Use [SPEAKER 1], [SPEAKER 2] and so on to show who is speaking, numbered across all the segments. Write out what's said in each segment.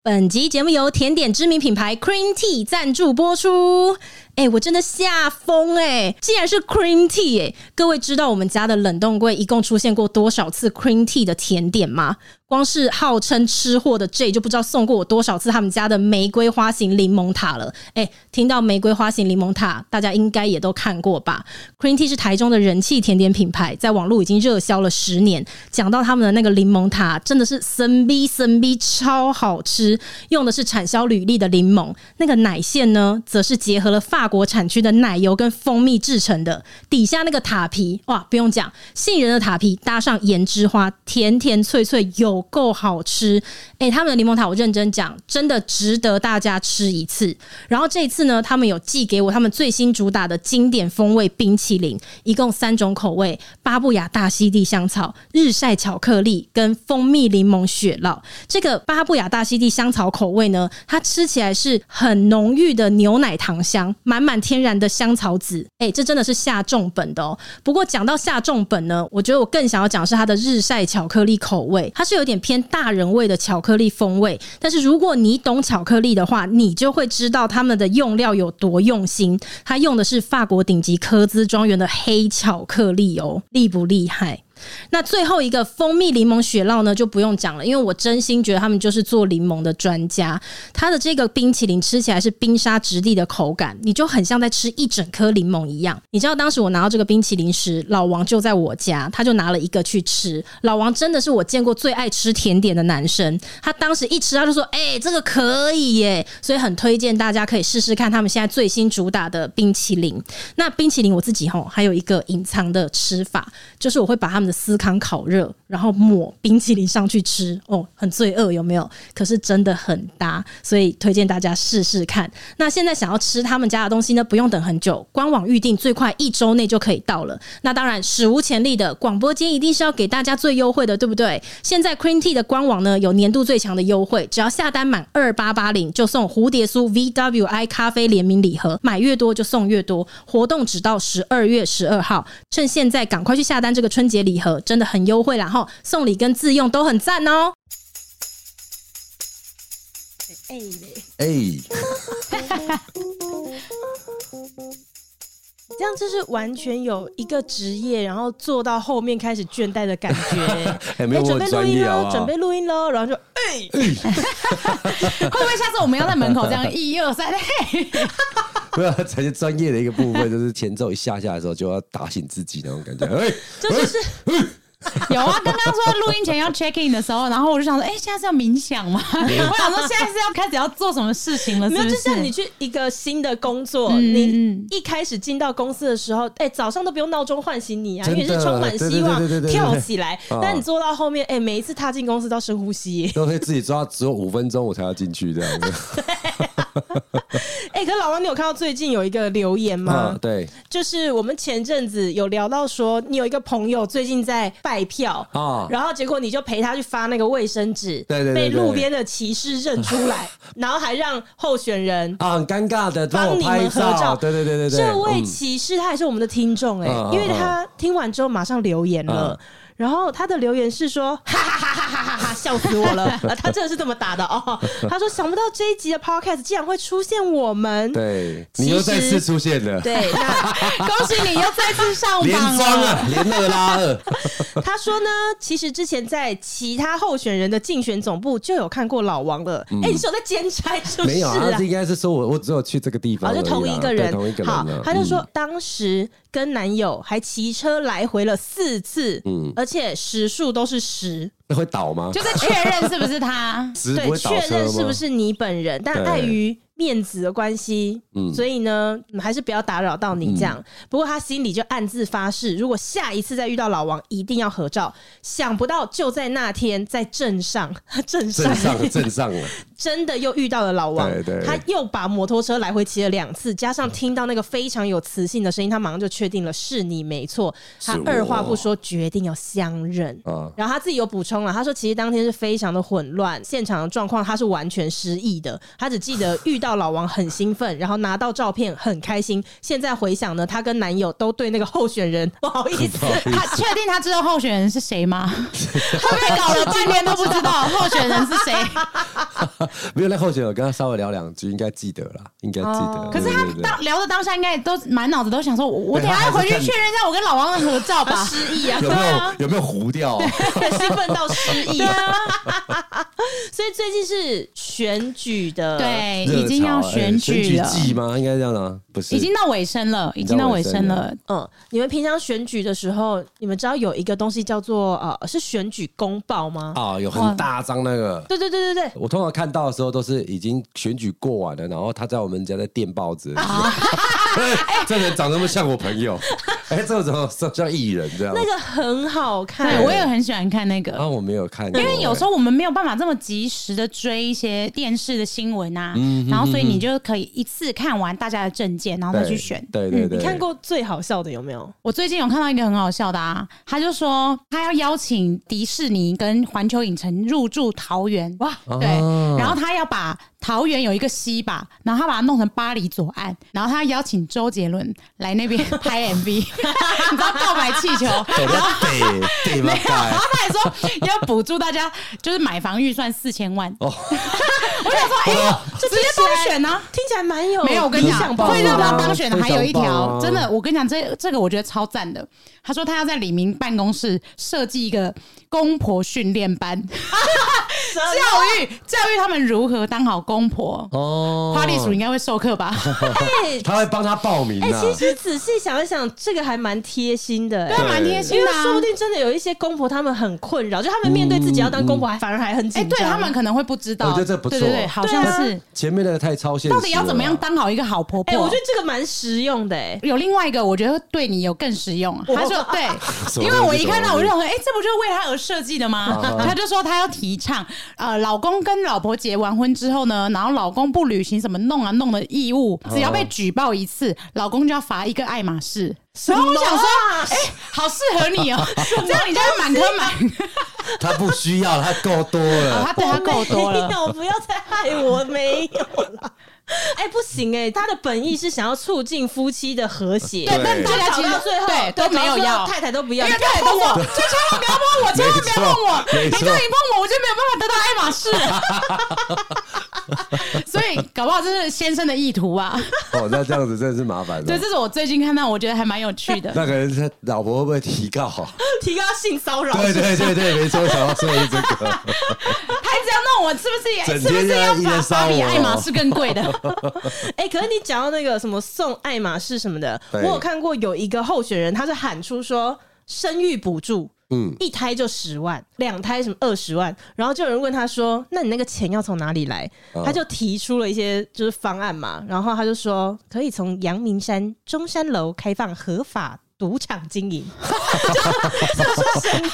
[SPEAKER 1] 本集节目由甜点知名品牌 Cream Tea 赞助播出。哎、我真的吓疯哎！竟然是 Cream Tea 哎、各位知道我们家的冷冻柜一共出现过多少次 Cream Tea 的甜点吗？光是号称吃货的 J 就不知道送过我多少次他们家的玫瑰花型柠檬塔了。哎、听到玫瑰花型柠檬塔，大家应该也都看过吧？Cream Tea 是台中的人气甜点品牌，在网络已经热销了十年。讲到他们的那个柠檬塔，真的是神逼神逼，超好吃，用的是产销履历的柠檬，那个奶馅呢，则是结合了法国产区的奶油跟蜂蜜制成的，底下那个塔皮，哇，不用讲，杏仁的塔皮搭上盐之花，甜甜脆脆，有够好吃。哎、他们的柠檬塔，我认真讲，真的值得大家吃一次。然后这一次呢，他们有寄给我他们最新主打的经典风味冰淇淋，一共三种口味：巴布亚大溪地香草、日晒巧克力跟蜂蜜柠檬雪酪。这个巴布亚大溪地香草口味呢，它吃起来是很浓郁的牛奶糖香，满满天然的香草籽。哎、这真的是下重本的哦。不过讲到下重本呢，我觉得我更想要讲的是它的日晒巧克力口味，它是有点偏大人味的巧克力风味。但是如果你懂巧克力的话，你就会知道他们的用料有多用心。它用的是法国顶级科兹庄园的黑巧克力哦，厉不厉害？那最后一个蜂蜜柠檬雪酪呢，就不用讲了，因为我真心觉得他们就是做柠檬的专家。它的这个冰淇淋吃起来是冰沙质地的口感，你就很像在吃一整颗柠檬一样。你知道当时我拿到这个冰淇淋时，老王就在我家，他就拿了一个去吃。老王真的是我见过最爱吃甜点的男生，他当时一吃他就说：“哎、这个可以耶！”所以很推荐大家可以试试看他们现在最新主打的冰淇淋。那冰淇淋我自己吼还有一个隐藏的吃法，就是我会把他们的司康烤热，然后抹冰淇淋上去吃，哦，很罪恶有没有？可是真的很搭，所以推荐大家试试看。那现在想要吃他们家的东西呢，不用等很久，官网预定最快一周内就可以到了。那当然史无前例的广播间一定是要给大家最优惠的，对不对？现在 Cream Tea 的官网呢有年度最强的优惠，只要下单满二八八零就送蝴蝶酥 VWI 咖啡联名礼盒，买越多就送越多，活动只到十二月十二号，趁现在赶快去下单这个春节礼盒，真的很优惠啦吼！送礼跟自用都很赞哦。
[SPEAKER 2] 哎、
[SPEAKER 3] 这样就是完全有一个职业，然后做到后面开始倦怠的感觉。
[SPEAKER 2] 哎没有
[SPEAKER 3] 哎
[SPEAKER 2] 我
[SPEAKER 3] 准
[SPEAKER 2] 很
[SPEAKER 3] 备录
[SPEAKER 2] 专业啊
[SPEAKER 3] 音喽，
[SPEAKER 2] 好不好
[SPEAKER 3] 准备录音喽，然后就哎
[SPEAKER 4] 会不会下次我们要在门口 这样一二三？嘿
[SPEAKER 2] 不要才是专业的一个部分，就是前奏一下下的时候就要打醒自己那种感觉。哎、
[SPEAKER 3] 这就是
[SPEAKER 4] 有啊，刚刚说录音前要 check in 的时候，然后我就想说，哎、现在是要冥想吗？我想说，现在是要开始要做什么事情了？是
[SPEAKER 3] 没
[SPEAKER 4] 不
[SPEAKER 3] 有，
[SPEAKER 4] 是
[SPEAKER 3] 就像你去一个新的工作，
[SPEAKER 4] 嗯
[SPEAKER 3] 你
[SPEAKER 4] 嗯
[SPEAKER 3] 一开始进到公司的时候，哎、早上都不用闹钟唤醒你啊，因
[SPEAKER 2] 真的
[SPEAKER 3] 为是充满希望
[SPEAKER 2] 对对对对对对
[SPEAKER 3] 跳起来
[SPEAKER 2] 啊。
[SPEAKER 3] 但你坐到后面，哎、每一次踏进公司都深呼 吸。
[SPEAKER 2] 都会自己抓，只有五分钟我才要进去这样子。
[SPEAKER 3] 哎、可是老王，你有看到最近有一个留言 吗？
[SPEAKER 2] 啊， 对
[SPEAKER 3] 就是我们前阵子有聊到说，你有一个朋友最近在拜票
[SPEAKER 2] 啊
[SPEAKER 3] 然后结果你就陪他去发那个卫生纸，
[SPEAKER 2] 对对对
[SPEAKER 3] 被路
[SPEAKER 2] 对
[SPEAKER 3] 边的骑士认出 来，然后还让候选人
[SPEAKER 2] 啊，很尴尬的，帮
[SPEAKER 3] 帮
[SPEAKER 2] 我
[SPEAKER 3] 你
[SPEAKER 2] 拍
[SPEAKER 3] 们合照。
[SPEAKER 2] 对对对对对，
[SPEAKER 3] 这位
[SPEAKER 2] 嗯
[SPEAKER 3] 骑士他也是我们的听众哎、
[SPEAKER 2] 嗯嗯
[SPEAKER 3] 因为他听完之后马上留言了。
[SPEAKER 2] 嗯
[SPEAKER 3] 然后他的留言是说，哈哈哈哈哈哈哈，笑死 我了！啊，他真的是这么打的哦。他说，想不到这一集的 podcast 竟然会出现我们。
[SPEAKER 2] 对
[SPEAKER 3] 其
[SPEAKER 2] 你
[SPEAKER 3] 实
[SPEAKER 2] 又再次出现了，
[SPEAKER 3] 对，那
[SPEAKER 4] 恭喜你又再 次上
[SPEAKER 2] 连
[SPEAKER 4] 榜
[SPEAKER 2] 庄
[SPEAKER 4] 了。
[SPEAKER 2] 啊，连二拉 二，
[SPEAKER 3] 啊 他说呢，其实之前在其他候选人的竞选总部就有看过老王了。哎、你是有在兼差是不是
[SPEAKER 2] 嗯没有啊，
[SPEAKER 3] 啊
[SPEAKER 2] 这？应该是说我我只有去这个地方
[SPEAKER 3] 好，
[SPEAKER 2] 而已
[SPEAKER 3] 就
[SPEAKER 2] 啦，
[SPEAKER 3] 同一个人，
[SPEAKER 2] 对同一个人
[SPEAKER 3] 好
[SPEAKER 2] 啊，
[SPEAKER 3] 他就说
[SPEAKER 2] 嗯
[SPEAKER 3] 当时跟男友还骑车来回了四次，
[SPEAKER 2] 嗯
[SPEAKER 3] 而且时数都是十，
[SPEAKER 2] 那会倒吗？
[SPEAKER 4] 就是确认是不 是他？
[SPEAKER 2] 直
[SPEAKER 3] 对
[SPEAKER 2] 不，会倒
[SPEAKER 3] 确
[SPEAKER 2] 车
[SPEAKER 3] 认
[SPEAKER 2] 吗
[SPEAKER 3] 是不是你本人，但
[SPEAKER 2] 对
[SPEAKER 3] 碍于面子的关系，
[SPEAKER 2] 嗯
[SPEAKER 3] 所以呢，嗯还是不要打扰到你这样。不过他心里就暗自发誓，如果下一次再遇到老王，一定要合照。想不到就在那天，在镇上， 镇上
[SPEAKER 2] 正上正上了？
[SPEAKER 3] 真的又遇到了老王
[SPEAKER 2] 对，对嗯
[SPEAKER 3] 他又把摩托车来回骑了两次，加上听到那个非常有磁性的声音，他马上就确定了是你没错。他
[SPEAKER 2] 是我
[SPEAKER 3] 二话不说，决定要相认。
[SPEAKER 2] 啊
[SPEAKER 3] 然后他自己有补充了，他说其实当天是非常的混乱，现场的状况他是完全失忆的，他只记得遇
[SPEAKER 1] 到老王很兴奋，然后拿到照片很开心。现在回想呢，她跟男友都对那个候选人不好意 思，
[SPEAKER 4] 他确定他知道候选人是谁吗？后面搞了半天都不知道 候选人是谁。
[SPEAKER 2] 没有那候选人，我跟他稍微聊两句，应该记得啦，应该记
[SPEAKER 3] 哦
[SPEAKER 2] 得。
[SPEAKER 4] 可是他
[SPEAKER 2] 对对对
[SPEAKER 4] 当聊的当下，应该也都满脑子都想说，我我等一下
[SPEAKER 2] 对他还是
[SPEAKER 4] 回去
[SPEAKER 2] 看
[SPEAKER 4] 确认一下我跟老王的合照吧。
[SPEAKER 1] 失忆啊，
[SPEAKER 2] 有没有有没有糊掉啊？
[SPEAKER 1] 兴奋到失 忆。所以最近是选举的，，
[SPEAKER 4] 对，
[SPEAKER 2] 热
[SPEAKER 4] 已经
[SPEAKER 2] 潮
[SPEAKER 4] 要
[SPEAKER 2] 哎
[SPEAKER 4] 选
[SPEAKER 2] 举
[SPEAKER 4] 了，
[SPEAKER 2] 季吗？应该这样的啊，不是？
[SPEAKER 4] 已经到尾声了，已
[SPEAKER 2] 已
[SPEAKER 4] 经
[SPEAKER 2] 经
[SPEAKER 4] 到
[SPEAKER 2] 到
[SPEAKER 4] 尾
[SPEAKER 2] 尾
[SPEAKER 4] 声
[SPEAKER 2] 声
[SPEAKER 4] 了
[SPEAKER 2] 了。
[SPEAKER 1] 嗯，你们平常选举的时候，你们知道有一个东西叫做呃是选举公报吗？
[SPEAKER 2] 啊，有很大张那个。
[SPEAKER 1] 对对对对对，
[SPEAKER 2] 我通常看到的时候都是已经选举过完了，然后他在我们家在电报纸。
[SPEAKER 4] 啊
[SPEAKER 2] 哎这人长那么像我朋 友，哎，这怎么像艺人这样？
[SPEAKER 1] 那个很好看，
[SPEAKER 4] 对，我哦也很喜欢看那个
[SPEAKER 2] 啊，。我没有看过，
[SPEAKER 4] 因
[SPEAKER 2] 因
[SPEAKER 4] 为有时候我们没有办法这么及时的追一些电视的新闻啊，然后所以你就可以一次看完大家的证件，然后再去选。嗯
[SPEAKER 2] 对对对，
[SPEAKER 1] 你看过最好笑的有没有？
[SPEAKER 4] 我最近有看到一个很好笑的啊，他就说他要邀请迪士尼跟环球影城入驻桃园，哇，啊对，然后他要把桃园有一个西吧，然后他把它弄成巴黎左岸，然后他邀请周杰伦来那边拍 MV，你 知道告白气球，
[SPEAKER 2] 对对对
[SPEAKER 4] 没
[SPEAKER 2] 吧？
[SPEAKER 4] 有， 然后他还说要补助大家，就是买房预算四千万，
[SPEAKER 2] 哦，
[SPEAKER 4] 我想说，哎呦，这直接当选呢、
[SPEAKER 1] 听起来蛮有
[SPEAKER 4] 没有，我跟你讲，
[SPEAKER 1] 报
[SPEAKER 4] 会
[SPEAKER 1] 的
[SPEAKER 4] 让
[SPEAKER 1] 啊
[SPEAKER 4] 他当选的还有一
[SPEAKER 2] 非常
[SPEAKER 4] 条，
[SPEAKER 2] 棒啊
[SPEAKER 4] 真的，我跟你讲，这这个我觉得超赞的。他说他要在李明办公室设计一个公婆训练班，教育教育他们如何当好公婆。
[SPEAKER 2] 哦
[SPEAKER 4] 花栗鼠应该会授课吧？
[SPEAKER 1] 哎
[SPEAKER 2] 他会帮他报名
[SPEAKER 1] 哎、
[SPEAKER 2] 啊。
[SPEAKER 1] 其实仔细想一想，这个还蛮贴心的、哎
[SPEAKER 4] 对啊，蛮贴心
[SPEAKER 1] 因
[SPEAKER 4] 的
[SPEAKER 1] 为
[SPEAKER 4] 啊。
[SPEAKER 1] 说不定真的有一些公婆，他们很困扰，就他们面对自己要当公婆，还反而还很
[SPEAKER 4] 哎，
[SPEAKER 1] 紧
[SPEAKER 4] 对
[SPEAKER 1] 张。
[SPEAKER 4] 他们可能会不知道，
[SPEAKER 2] 我觉得这不错啊
[SPEAKER 4] 对对对，好像是。
[SPEAKER 2] 前面那个太超现实了
[SPEAKER 4] 到
[SPEAKER 2] 啊，
[SPEAKER 4] 底要怎么样当好一个好婆
[SPEAKER 1] 哎、我
[SPEAKER 4] 婆
[SPEAKER 1] 觉得？这个蛮实用的、哎，
[SPEAKER 4] 有另外一个，我觉得对你有更实用。他说
[SPEAKER 2] 什
[SPEAKER 4] 对，
[SPEAKER 2] 么
[SPEAKER 4] 因为我一
[SPEAKER 2] 东西
[SPEAKER 4] 看到
[SPEAKER 2] 什么
[SPEAKER 4] 我就想说，哎、这不就是为他而设计的吗？他就说他要提倡，呃，老公跟老婆结完婚之后呢，然后老公不履行什么弄啊弄的义务，只要被举报一次，老公就要罚一个爱马仕。然后我想说，
[SPEAKER 1] 啊
[SPEAKER 4] 哎、好适合你哦、这样你就会满坑满
[SPEAKER 2] 他不需要，他够多
[SPEAKER 4] 啊，
[SPEAKER 2] 了。
[SPEAKER 4] 他对他够多
[SPEAKER 1] 没
[SPEAKER 4] 了。
[SPEAKER 1] 有，不要再害我，没有啦。 哎、不行哎、他的本意是想要促进夫妻的和谐，
[SPEAKER 4] 对，但
[SPEAKER 1] 就
[SPEAKER 4] 大家
[SPEAKER 1] 搞
[SPEAKER 4] 其实
[SPEAKER 1] 到最后
[SPEAKER 4] 对
[SPEAKER 1] 搞
[SPEAKER 4] 都
[SPEAKER 1] 到
[SPEAKER 4] 没有
[SPEAKER 1] 最后
[SPEAKER 4] 要
[SPEAKER 1] 太太都不
[SPEAKER 4] 因
[SPEAKER 1] 要，
[SPEAKER 4] 为
[SPEAKER 1] 你
[SPEAKER 4] 太太都说，就千万不要 摸我，千万不要碰我，你
[SPEAKER 2] 没错没
[SPEAKER 4] 这
[SPEAKER 2] 错
[SPEAKER 4] 样一碰我，我就没有办法得到爱马仕。 所以搞不好这是先生的意图 吧？
[SPEAKER 2] 哦，那这样子真的是麻烦了。哦
[SPEAKER 4] 对，这是我最近看到，我觉得还蛮有趣的。
[SPEAKER 2] 那个人他老婆会不会提告啊？
[SPEAKER 1] 提高性骚扰，
[SPEAKER 2] 对对对对，没错，想要说的是这 个。
[SPEAKER 4] 他一直要弄我，是不是也？
[SPEAKER 2] 整
[SPEAKER 4] 是不
[SPEAKER 2] 天
[SPEAKER 4] 是要
[SPEAKER 2] 一直
[SPEAKER 4] 把
[SPEAKER 2] 烧
[SPEAKER 4] 把比
[SPEAKER 2] 我
[SPEAKER 4] 爱马仕更贵 的？
[SPEAKER 1] 哎、可是你讲到那个什么送爱马仕什么的，我
[SPEAKER 2] 对
[SPEAKER 1] 有看过有一个候选人，他是喊出说生育补助，嗯，一胎就十万，两胎什么二十万，然后就有人问他说，那你那个钱要从哪里来？他就提出了一些就是方案嘛，然后他就说可以从阳明山中山楼开放合法。赌场经营， 这是什么？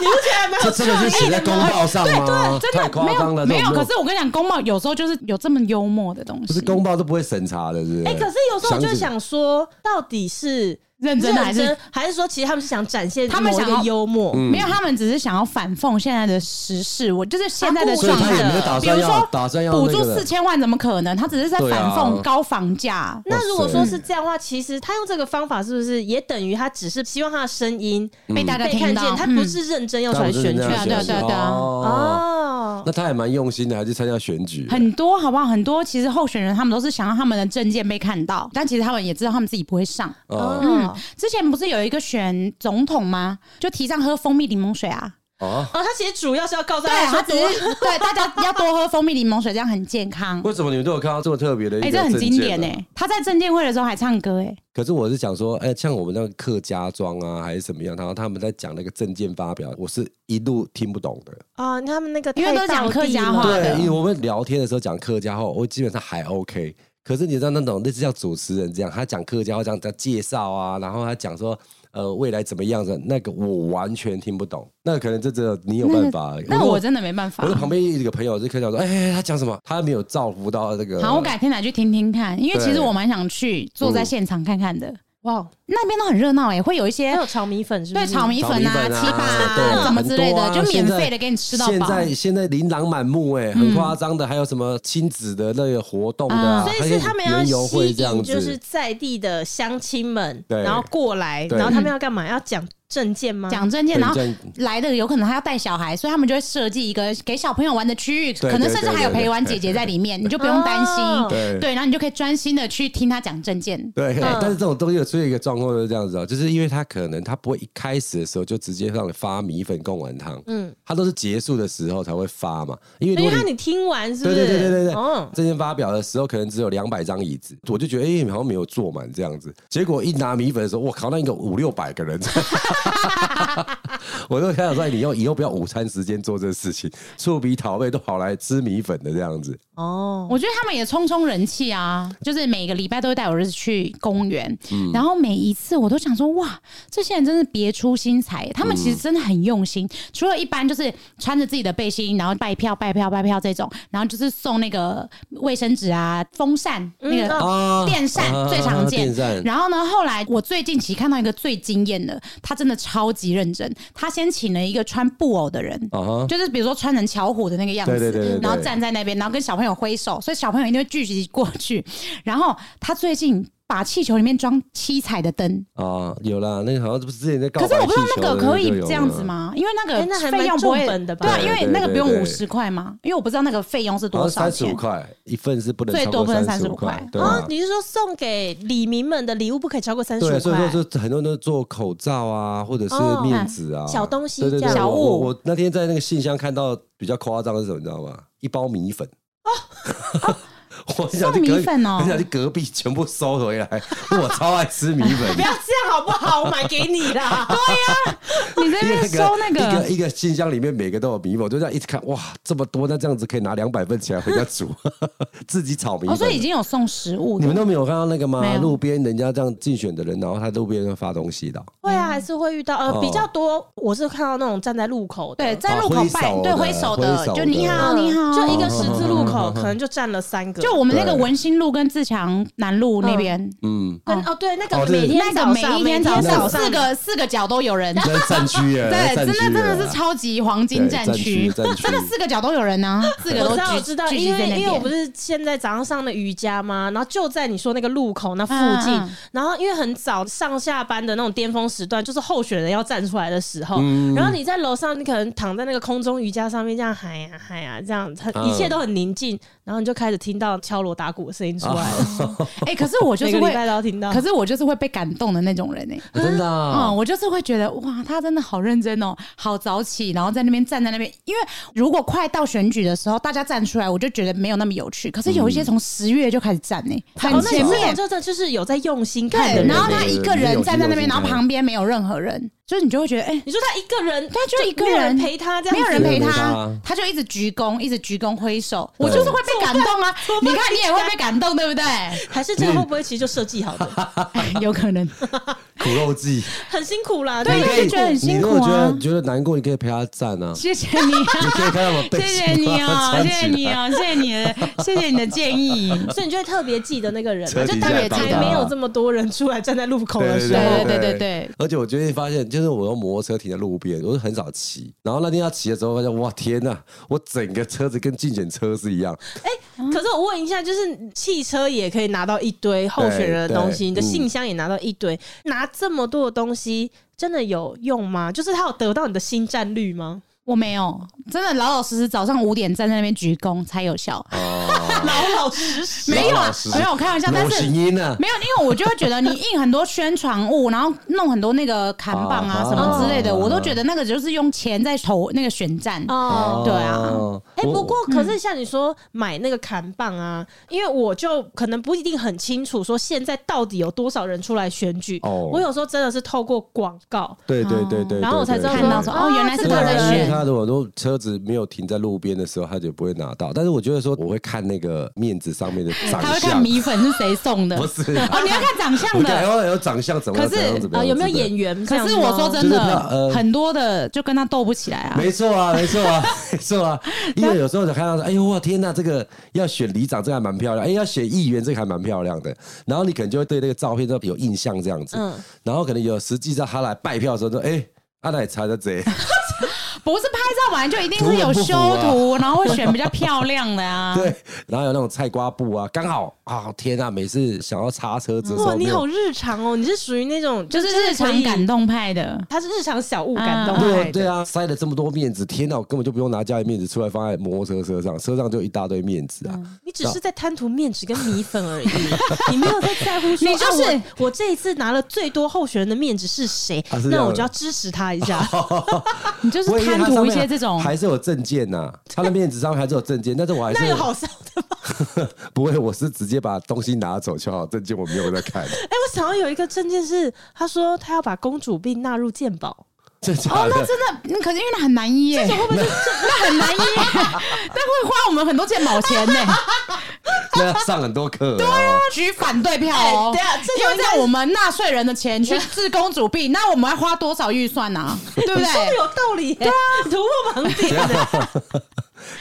[SPEAKER 1] 你不觉得还蛮
[SPEAKER 2] 这
[SPEAKER 1] 有
[SPEAKER 2] 真的是写在公报上吗？
[SPEAKER 4] 真
[SPEAKER 2] 太
[SPEAKER 4] 的
[SPEAKER 2] 夸
[SPEAKER 4] 没
[SPEAKER 2] 张
[SPEAKER 4] 有
[SPEAKER 2] 了，
[SPEAKER 4] 没有。
[SPEAKER 2] 这种
[SPEAKER 4] 可是我跟你讲，公报有时候就是有这么幽默的东
[SPEAKER 2] 不是
[SPEAKER 4] 西，
[SPEAKER 2] 公报都不会审查的，是不是？
[SPEAKER 1] 哎、可是有时候我就想说，到底是
[SPEAKER 4] 认真的还是
[SPEAKER 1] 还是说，其实他们是想展现
[SPEAKER 4] 他们
[SPEAKER 1] 某一
[SPEAKER 4] 想
[SPEAKER 1] 个
[SPEAKER 4] 要
[SPEAKER 1] 幽默？
[SPEAKER 4] 没有，他们只是想要反讽现在的时事，我就是现在的
[SPEAKER 1] 他故意
[SPEAKER 2] 啊所以
[SPEAKER 4] 状
[SPEAKER 2] 他
[SPEAKER 4] 态
[SPEAKER 2] 也没有。打
[SPEAKER 4] 比如
[SPEAKER 2] 算
[SPEAKER 4] 说
[SPEAKER 2] 要打算要
[SPEAKER 4] 补
[SPEAKER 2] 那
[SPEAKER 4] 助
[SPEAKER 2] 个的
[SPEAKER 4] 四千万，怎么可能？他只是在
[SPEAKER 2] 对
[SPEAKER 4] 反
[SPEAKER 2] 啊
[SPEAKER 4] 讽高房价。
[SPEAKER 1] 那如果说
[SPEAKER 2] 哇塞
[SPEAKER 1] 是这样的话，其实他用这个方法是不是也等于他只是希望他的声音
[SPEAKER 2] 嗯
[SPEAKER 4] 被大家
[SPEAKER 1] 被
[SPEAKER 4] 听
[SPEAKER 1] 看
[SPEAKER 4] 到，嗯
[SPEAKER 1] 见？他不是认真要出来选举
[SPEAKER 2] 当然不是这样
[SPEAKER 4] 对啊对啊对啊
[SPEAKER 2] 哦，
[SPEAKER 1] 哦。
[SPEAKER 2] 那他也蛮用心的，还去参加选举
[SPEAKER 4] 嗯。很多，好不好？很多其实候选人他们都是想让他们的证件被看到，但其实他们也知道他们自己不会上。
[SPEAKER 2] 哦
[SPEAKER 4] 嗯
[SPEAKER 1] 哦，
[SPEAKER 4] 之前不是有一个选总统吗？就提倡喝蜂蜜柠檬水啊。
[SPEAKER 2] 哦，
[SPEAKER 1] 哦，他其实主要是要告诉
[SPEAKER 4] 对，啊
[SPEAKER 1] 大家
[SPEAKER 4] 他
[SPEAKER 1] 说
[SPEAKER 4] 只 是对大家要多喝蜂蜜柠檬水，这样很健康。
[SPEAKER 2] 为什么你们都有看到这么特别的一
[SPEAKER 4] 哎、
[SPEAKER 2] 个
[SPEAKER 4] 这很
[SPEAKER 2] 证
[SPEAKER 4] 经
[SPEAKER 2] 件
[SPEAKER 4] 典
[SPEAKER 2] 呢
[SPEAKER 4] 哎、他在证监会的时候还唱歌哎、
[SPEAKER 2] 可是我是想说，哎、像我们那个客家庄啊，还是怎么样，然后他们在讲那个证件发表，我是一路听不懂的。
[SPEAKER 1] 啊，他们那个
[SPEAKER 4] 因为都
[SPEAKER 1] 太
[SPEAKER 4] 讲
[SPEAKER 1] 道地
[SPEAKER 4] 客家
[SPEAKER 1] 了
[SPEAKER 4] 话的
[SPEAKER 2] 对，因为我们聊天的时候讲客家话，我基本上还 OK。可是你知道那种类似像主持人这样，他讲客家话，这样在介绍啊，然后他讲说，呃，未来怎么样的那个，我完全听不懂。那可能这只有你有办法。
[SPEAKER 1] 嗯
[SPEAKER 4] 那
[SPEAKER 2] 如果
[SPEAKER 4] 我真的没办法。
[SPEAKER 2] 我的旁边一个朋友是客家话说，哎、哎他讲什么？他没有造福到那个。
[SPEAKER 1] 啊
[SPEAKER 4] 好，我改天来去听听看，因为其实
[SPEAKER 2] 对
[SPEAKER 4] 我蛮想去坐在现场看看的。哇，那边都很热闹哎，会有一些
[SPEAKER 1] 还有炒米粉是不
[SPEAKER 4] 对
[SPEAKER 1] 是？
[SPEAKER 4] 炒米粉啊、
[SPEAKER 2] 炒米粉啊
[SPEAKER 4] 糍粑
[SPEAKER 2] 对啊
[SPEAKER 4] 啊什么之类
[SPEAKER 2] 很多
[SPEAKER 4] 的，
[SPEAKER 2] 啊
[SPEAKER 4] 就免
[SPEAKER 2] 现在
[SPEAKER 4] 费的给你吃到
[SPEAKER 2] 现
[SPEAKER 4] 饱。
[SPEAKER 2] 在现在琳琅满目哎、很夸张的，还有什么亲子的那个活动的、啊，
[SPEAKER 1] 所以是他们
[SPEAKER 2] 还有
[SPEAKER 1] 要
[SPEAKER 2] 园游
[SPEAKER 1] 吸
[SPEAKER 2] 会这样
[SPEAKER 1] 引，
[SPEAKER 2] 子，
[SPEAKER 1] 就是在地的乡亲们，
[SPEAKER 2] 对
[SPEAKER 1] 然后过来，
[SPEAKER 2] 对
[SPEAKER 1] 然后他们要干嘛？要讲证件吗？
[SPEAKER 4] 讲证件，
[SPEAKER 2] 对
[SPEAKER 4] 然后
[SPEAKER 2] 这样
[SPEAKER 4] 来的有可能还要带小孩，所以他们就会设计一个给小朋友玩的区域，
[SPEAKER 2] 对
[SPEAKER 4] 可能甚至还有陪玩姐姐在里面，你就不用担
[SPEAKER 1] 哦
[SPEAKER 4] 心。
[SPEAKER 2] 对嗯
[SPEAKER 4] 对，然后你就可以专心的去听他讲证件。
[SPEAKER 2] 对，但是这种东西有出现一个状况就是这样子哦，就是因为他可能他不会一开始的时候就直接让你发米粉贡丸汤，嗯，他都是结束的时候才会发嘛，因为如
[SPEAKER 1] 因
[SPEAKER 2] 果
[SPEAKER 1] 为他
[SPEAKER 2] 你
[SPEAKER 1] 你听完是不是？
[SPEAKER 2] 对对对对对对，
[SPEAKER 1] 嗯，
[SPEAKER 2] 证件发表的时候可能只有两百张椅子，我就觉得哎、诶好像没有坐满这样子，结果一拿米粉的时候，我靠，那应该有五六百个人，我就开始说你要以后不要午餐时间做这事情，触鼻讨背都跑来吃米粉的这样子，
[SPEAKER 1] 哦，
[SPEAKER 4] 我觉得他们也冲冲人气啊，就是每个礼拜都会带我儿子去公园，
[SPEAKER 2] 嗯
[SPEAKER 4] 然后每一次我都想说，哇，这些人真是别出心裁，他们其实真的很用心。
[SPEAKER 2] 嗯
[SPEAKER 4] 除了一般就是穿着自己的背心，然后拜票、拜票、拜票这种，然后就是送那个卫生纸啊、风扇那个
[SPEAKER 1] 嗯哦
[SPEAKER 2] 啊
[SPEAKER 4] 电扇最常见
[SPEAKER 2] 电扇，
[SPEAKER 4] 然后呢，后来我最近期看到一个最惊艳的，他真的超级认真。他先请了一个穿布偶的人，
[SPEAKER 2] 啊哈
[SPEAKER 4] 就是比如说穿成巧虎的那个样子，
[SPEAKER 2] 对对对对对
[SPEAKER 4] 然后站在那边，然后跟小朋友挥手，所以小朋友一定会聚集过去。然后他最近把气球里面装七彩的灯。
[SPEAKER 2] 啊，有啦，那个好像不是之前在告
[SPEAKER 4] 可
[SPEAKER 2] 白
[SPEAKER 4] 是我不知道那个可以
[SPEAKER 2] 哦气球的就有嗯
[SPEAKER 4] 这样子
[SPEAKER 2] 了？
[SPEAKER 4] 吗？因为那
[SPEAKER 1] 哎那
[SPEAKER 4] 个
[SPEAKER 1] 还
[SPEAKER 4] 费
[SPEAKER 1] 蛮
[SPEAKER 4] 用不会
[SPEAKER 1] 重本的吧
[SPEAKER 4] 对啊，
[SPEAKER 2] 对
[SPEAKER 4] 因为
[SPEAKER 2] 对
[SPEAKER 4] 那个
[SPEAKER 2] 对
[SPEAKER 4] 不用
[SPEAKER 2] 对
[SPEAKER 4] 五十块嘛，因为我不知道那个费用是
[SPEAKER 2] 好
[SPEAKER 4] 多
[SPEAKER 2] 像
[SPEAKER 4] 少
[SPEAKER 2] 三十
[SPEAKER 4] 钱
[SPEAKER 2] 五。块一份是不能
[SPEAKER 4] 最
[SPEAKER 2] 超
[SPEAKER 4] 多
[SPEAKER 2] 过
[SPEAKER 4] 不能
[SPEAKER 2] 三
[SPEAKER 4] 35
[SPEAKER 2] 五块
[SPEAKER 4] 块，
[SPEAKER 2] 对
[SPEAKER 1] 哦
[SPEAKER 2] 啊，。
[SPEAKER 1] 你是说送给李民们的礼物不可以超过三十
[SPEAKER 2] 对，啊
[SPEAKER 1] 五
[SPEAKER 2] 所以
[SPEAKER 1] 块？
[SPEAKER 2] 说就很多人都做口罩啊，或者是
[SPEAKER 1] 哦
[SPEAKER 2] 面子啊，
[SPEAKER 1] 小东西
[SPEAKER 2] 对对
[SPEAKER 1] 这
[SPEAKER 2] 对，
[SPEAKER 1] 样
[SPEAKER 4] 哎小
[SPEAKER 2] 我
[SPEAKER 4] 物
[SPEAKER 2] 我我那天在那个信箱看到比较夸张的是什么，你知道吗？一包米粉哦， 我很想去
[SPEAKER 4] 送米
[SPEAKER 2] 隔
[SPEAKER 4] 粉哦
[SPEAKER 2] 很想去隔壁全部收回来。 我超爱吃米粉
[SPEAKER 1] 不，要这样好不好？我买给你 啦。
[SPEAKER 4] 你在那
[SPEAKER 2] 因为
[SPEAKER 4] 边收那
[SPEAKER 2] 一
[SPEAKER 4] 个
[SPEAKER 2] 个一个信箱里面每个都有米粉，我就这样一直看，哇，这么多，那这样子可以拿两百份起来回家煮， 自己炒米
[SPEAKER 4] 哦，
[SPEAKER 2] 粉。
[SPEAKER 4] 所以已经有送食物的。
[SPEAKER 2] 你们都没有看到那个
[SPEAKER 4] 没
[SPEAKER 2] 吗？
[SPEAKER 4] 有
[SPEAKER 2] 路边人家这样竞选的人，然后他路边就发东 西的哦，
[SPEAKER 1] 会
[SPEAKER 4] 嗯
[SPEAKER 1] 啊，还是会遇到呃
[SPEAKER 2] 哦
[SPEAKER 1] 比较多，我是看到那种站在路口的，
[SPEAKER 4] 对，在路口拜，对，挥
[SPEAKER 2] 啊挥
[SPEAKER 4] 手
[SPEAKER 2] 手的
[SPEAKER 4] 的
[SPEAKER 2] 挥，手
[SPEAKER 4] 就你
[SPEAKER 2] 的
[SPEAKER 4] 好，
[SPEAKER 1] 嗯，
[SPEAKER 4] 你好，
[SPEAKER 1] 就一个十字路口
[SPEAKER 2] 嗯嗯嗯嗯嗯
[SPEAKER 1] 可能就站了三个，
[SPEAKER 4] 就我们那个
[SPEAKER 2] 对
[SPEAKER 4] 文心路跟自强南路那边，
[SPEAKER 2] 嗯，
[SPEAKER 1] 跟哦对，那
[SPEAKER 2] 哦
[SPEAKER 1] 个
[SPEAKER 2] 对
[SPEAKER 1] 每天
[SPEAKER 4] 那个
[SPEAKER 1] 早
[SPEAKER 4] 每
[SPEAKER 1] 上
[SPEAKER 4] 一天早
[SPEAKER 1] 上
[SPEAKER 4] 上四个四个角都有人，
[SPEAKER 2] 在战区耶，
[SPEAKER 4] 对，
[SPEAKER 2] 在战
[SPEAKER 4] 真的
[SPEAKER 2] 区耶哦
[SPEAKER 4] 真的是超级黄金
[SPEAKER 2] 啊对
[SPEAKER 4] 战
[SPEAKER 2] 战
[SPEAKER 4] 区
[SPEAKER 2] 区，
[SPEAKER 4] 那
[SPEAKER 2] 战区
[SPEAKER 4] 真的四个角都有人啊，四个
[SPEAKER 1] 我
[SPEAKER 4] 都
[SPEAKER 1] 知道，
[SPEAKER 4] 聚
[SPEAKER 1] 我知道，
[SPEAKER 4] 聚集
[SPEAKER 1] 因
[SPEAKER 4] 在
[SPEAKER 1] 为
[SPEAKER 4] 那
[SPEAKER 1] 因为我不
[SPEAKER 4] 边。
[SPEAKER 1] 是现在早上上的瑜伽吗？然后就在你说那个路口那附近，
[SPEAKER 4] 嗯嗯
[SPEAKER 1] 然后因为很早上下班的那种巅峰时段，就是候选人要站出来的时候，
[SPEAKER 2] 嗯
[SPEAKER 1] 然后你在楼上，你可能躺在那个空中瑜伽上面这样喊呀、喊呀、这样很
[SPEAKER 2] 嗯
[SPEAKER 1] 一切都很宁静，然后你就开始听到敲锣打鼓的声音出来了，
[SPEAKER 4] 哎，可是我就
[SPEAKER 1] 每
[SPEAKER 4] 是
[SPEAKER 1] 个礼拜
[SPEAKER 4] 会，
[SPEAKER 1] 都要听到。
[SPEAKER 4] 可是我就是会被感动的那种人哎。
[SPEAKER 2] 真的啊
[SPEAKER 4] 嗯，，我就是会觉得哇，他真的好认真哦，好早起，然后在那边站在那边。因为如果快到选举的时候，大家站出来，我就觉得没有那么有趣。可是有一些从十月就开始站呢、很
[SPEAKER 1] 哦，那你
[SPEAKER 4] 前面。
[SPEAKER 1] 这种就是有在用心看的
[SPEAKER 4] 对，
[SPEAKER 1] 人
[SPEAKER 4] 然后他
[SPEAKER 2] 对对
[SPEAKER 4] 一
[SPEAKER 2] 对
[SPEAKER 4] 个
[SPEAKER 2] 没
[SPEAKER 4] 人
[SPEAKER 2] 有
[SPEAKER 4] 站在
[SPEAKER 2] 没
[SPEAKER 4] 那边，
[SPEAKER 2] 有
[SPEAKER 4] 然后
[SPEAKER 2] 没有
[SPEAKER 4] 旁边没有任何人，就是你就会觉得，哎、
[SPEAKER 1] 你说啊他一个人，
[SPEAKER 4] 他就一个
[SPEAKER 1] 没有
[SPEAKER 4] 人
[SPEAKER 1] 人陪他，这样
[SPEAKER 4] 没有人
[SPEAKER 1] 子
[SPEAKER 4] 陪
[SPEAKER 2] 没有人陪
[SPEAKER 4] 他
[SPEAKER 2] 他，
[SPEAKER 4] 他就一直鞠躬，一直鞠躬挥手，
[SPEAKER 2] 对
[SPEAKER 4] 我就是会被感动啊！你看你也会被感动，对不对？
[SPEAKER 1] 还是这
[SPEAKER 4] 嗯
[SPEAKER 1] 个会不会其实就设计好 的？
[SPEAKER 4] 哎有可能，
[SPEAKER 2] 苦肉计，
[SPEAKER 1] 很辛苦啦，
[SPEAKER 4] 对
[SPEAKER 2] 你
[SPEAKER 1] 这个
[SPEAKER 2] 可以
[SPEAKER 4] 就觉得很辛苦啊
[SPEAKER 2] 你如果觉得觉得难过，你可以陪他站 啊，
[SPEAKER 4] 谢谢你 啊，
[SPEAKER 2] 你可以看到我背
[SPEAKER 4] 谢谢
[SPEAKER 2] 心
[SPEAKER 4] 你
[SPEAKER 2] 把
[SPEAKER 4] 哦
[SPEAKER 2] 它，
[SPEAKER 4] 谢
[SPEAKER 2] 穿
[SPEAKER 4] 谢
[SPEAKER 2] 起来
[SPEAKER 4] 你哦，谢谢你的，谢谢你的建议。
[SPEAKER 1] 所以你就会特别记得那个人嘛，
[SPEAKER 2] 车
[SPEAKER 1] 就
[SPEAKER 4] 啊
[SPEAKER 2] 底
[SPEAKER 1] 代
[SPEAKER 2] 下
[SPEAKER 1] 表
[SPEAKER 2] 也帮
[SPEAKER 1] 才
[SPEAKER 2] 他
[SPEAKER 1] 没有这么多人出来站在路口的时候。
[SPEAKER 4] 对对对对
[SPEAKER 2] 而且我最近发现，就是我用摩托车停在路边，我是很少骑。然后那天要骑的时候，发现哇天呐，我整个车子跟竞选车是一样，
[SPEAKER 1] 哎可是我问一下，就是汽车也可以拿到一堆候选人的东西，
[SPEAKER 2] 对对
[SPEAKER 4] 嗯
[SPEAKER 1] 你的信箱也拿到一堆，拿这么多的东西，真的有用吗？就是他有得到你的新战率吗？
[SPEAKER 4] 我没有，真的老老实实早上五点站在那边鞠躬才有效，
[SPEAKER 2] 哦
[SPEAKER 1] 老老实实，
[SPEAKER 4] 没有
[SPEAKER 2] 老
[SPEAKER 4] 啊
[SPEAKER 2] 老实，实
[SPEAKER 4] 没有我开玩笑，但
[SPEAKER 2] 有
[SPEAKER 4] 是
[SPEAKER 2] 行音啊，
[SPEAKER 4] 没有，因为我就会觉得你印很多宣传物，然后弄很多那个砍棒
[SPEAKER 2] 啊
[SPEAKER 4] 啊什么之类的，
[SPEAKER 2] 啊
[SPEAKER 4] 我都觉得那个就是用钱在投那个选战。
[SPEAKER 1] 哦。
[SPEAKER 4] 对啊
[SPEAKER 2] 哦
[SPEAKER 1] 哎、
[SPEAKER 2] 我
[SPEAKER 1] 不过可是像你说买那个砍棒啊，因为我就可能不一定很清楚说现在到底有多少人出来选举，
[SPEAKER 2] 哦
[SPEAKER 1] 我有时候真的是透过广告，
[SPEAKER 2] 对对对对对，
[SPEAKER 1] 然后我才知道
[SPEAKER 2] 对
[SPEAKER 4] 看到说
[SPEAKER 1] 说
[SPEAKER 4] 哦，原来是他在
[SPEAKER 2] 对
[SPEAKER 4] 选
[SPEAKER 2] 对，家如果都车子没有停在路边的时候，他就不会拿到。但是我觉得说，我会看那个面子上面的长
[SPEAKER 4] 他会看
[SPEAKER 2] 相，
[SPEAKER 4] 米粉是谁送的。
[SPEAKER 2] 不是啊。
[SPEAKER 4] 哦，你要看长相
[SPEAKER 2] 我看
[SPEAKER 4] 的。
[SPEAKER 2] 要有长相怎么样？
[SPEAKER 4] 可
[SPEAKER 2] 怎
[SPEAKER 4] 是呃
[SPEAKER 2] 么样怎么
[SPEAKER 1] 啊，
[SPEAKER 2] 样？
[SPEAKER 1] 有没有
[SPEAKER 2] 之类的
[SPEAKER 1] 演员这
[SPEAKER 4] 可
[SPEAKER 1] 样子
[SPEAKER 4] 是
[SPEAKER 1] 吗？
[SPEAKER 4] 我说真
[SPEAKER 2] 就是那呃
[SPEAKER 4] 的，很多的就跟他斗不起来啊。
[SPEAKER 2] 没错 啊，没错啊，没错啊。因为有时候就看到说，哎呦我天呐，这个要选里长这个还蛮漂亮，哎要选议员这个还蛮漂亮的。然后你可能就会对那个照片都有印象这样子，
[SPEAKER 1] 嗯
[SPEAKER 2] 然后可能有实际上他来拜票的时候说，哎。阿奶查的贼，
[SPEAKER 4] 不是拍照完就一定是有修图，然后会选比较漂亮的啊。
[SPEAKER 2] 啊 对，然后有那种菜瓜布啊，刚好啊，天啊，每次想要擦车子的时
[SPEAKER 1] 哇，
[SPEAKER 2] 候，
[SPEAKER 1] 你
[SPEAKER 2] 没有
[SPEAKER 1] 好日常哦，你是属于那种
[SPEAKER 4] 就是日常感，动派的。
[SPEAKER 1] 他是日常小物感动
[SPEAKER 4] 嗯
[SPEAKER 1] 派
[SPEAKER 2] 对
[SPEAKER 1] 的
[SPEAKER 2] 对啊，塞了这么多面子，天哪，我根本就不用拿家里面子出来放在摩托车车上，车上就一大堆面子啊。
[SPEAKER 4] 嗯
[SPEAKER 1] 你只是在贪图面子跟米粉而已，你没有在在乎说，
[SPEAKER 4] 你就是
[SPEAKER 1] 啊我我这一次拿了最多候选人的面子是谁
[SPEAKER 2] 啊是，这样
[SPEAKER 1] 那
[SPEAKER 2] 的
[SPEAKER 1] 我就要支持他一下。
[SPEAKER 4] 你就是
[SPEAKER 2] 我以为
[SPEAKER 4] 贪
[SPEAKER 2] 他上
[SPEAKER 4] 图一
[SPEAKER 2] 面
[SPEAKER 4] 些这种，
[SPEAKER 2] 还是有证件呐、他的面子上面还是有证件，但是我 还是
[SPEAKER 1] 那有好笑的吗？
[SPEAKER 2] 不会，我是直接把东西拿走就好，证件我没有在 看。
[SPEAKER 1] 哎，我想要有一个证件是，他说他要把公主病纳入鉴宝，
[SPEAKER 2] 真假
[SPEAKER 4] 哦，
[SPEAKER 2] 的？
[SPEAKER 4] 那真的，嗯可是因为那很难医耶，会 不会那很难医耶？但会花我们很多健保钱 呢。
[SPEAKER 2] 那要上很多课、对啊，
[SPEAKER 4] 举反对票哦，
[SPEAKER 1] 哎对啊这就
[SPEAKER 4] 因为
[SPEAKER 1] 应该
[SPEAKER 4] 在我们纳税人的钱 去治公主病，那我们要花多少预算 呢？ 对不
[SPEAKER 1] 你说的
[SPEAKER 4] 对？
[SPEAKER 1] 有道理耶， 对啊，突破盲点。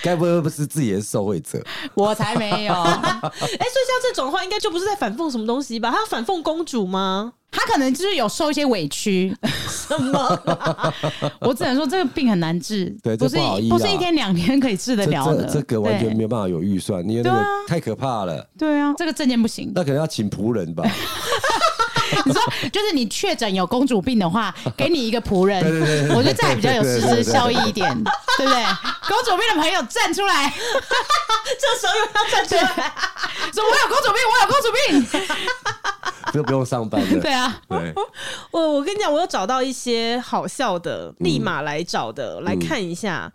[SPEAKER 2] 该不会不是自己也是受贿者？
[SPEAKER 4] 我才没 有，
[SPEAKER 1] 哎，所以像这种的话，应该就不是在反讽什么东西吧？他要反讽公主吗？
[SPEAKER 4] 他可能就是有受一些委屈。
[SPEAKER 1] 什么？
[SPEAKER 4] 我只能说这个病很难治，
[SPEAKER 2] 对这
[SPEAKER 4] 不是
[SPEAKER 2] 不好医啊
[SPEAKER 4] 不是一天两天可以治得
[SPEAKER 2] 这
[SPEAKER 4] 了的
[SPEAKER 2] 这。这个完全
[SPEAKER 4] 对
[SPEAKER 2] 没有办法有预算，因为那
[SPEAKER 4] 对
[SPEAKER 2] 个
[SPEAKER 4] 啊
[SPEAKER 2] 太可怕了。
[SPEAKER 4] 对啊，这个证件不行。
[SPEAKER 2] 那可能要请仆人 吧？
[SPEAKER 4] 你说，就是你确诊有公主病的话，给你一个仆 人，
[SPEAKER 2] 对对对对
[SPEAKER 4] 我觉得这样比较有实质效益一点，对不对？公主病的朋友站出来，
[SPEAKER 1] 这时候又要站出来。
[SPEAKER 4] 啊说我有公主病，我有公主病，
[SPEAKER 2] 就不用上班了。
[SPEAKER 4] 对啊，
[SPEAKER 2] 对，
[SPEAKER 1] 我我跟你讲，我有找到一些好笑的，立马来找的、来看一下。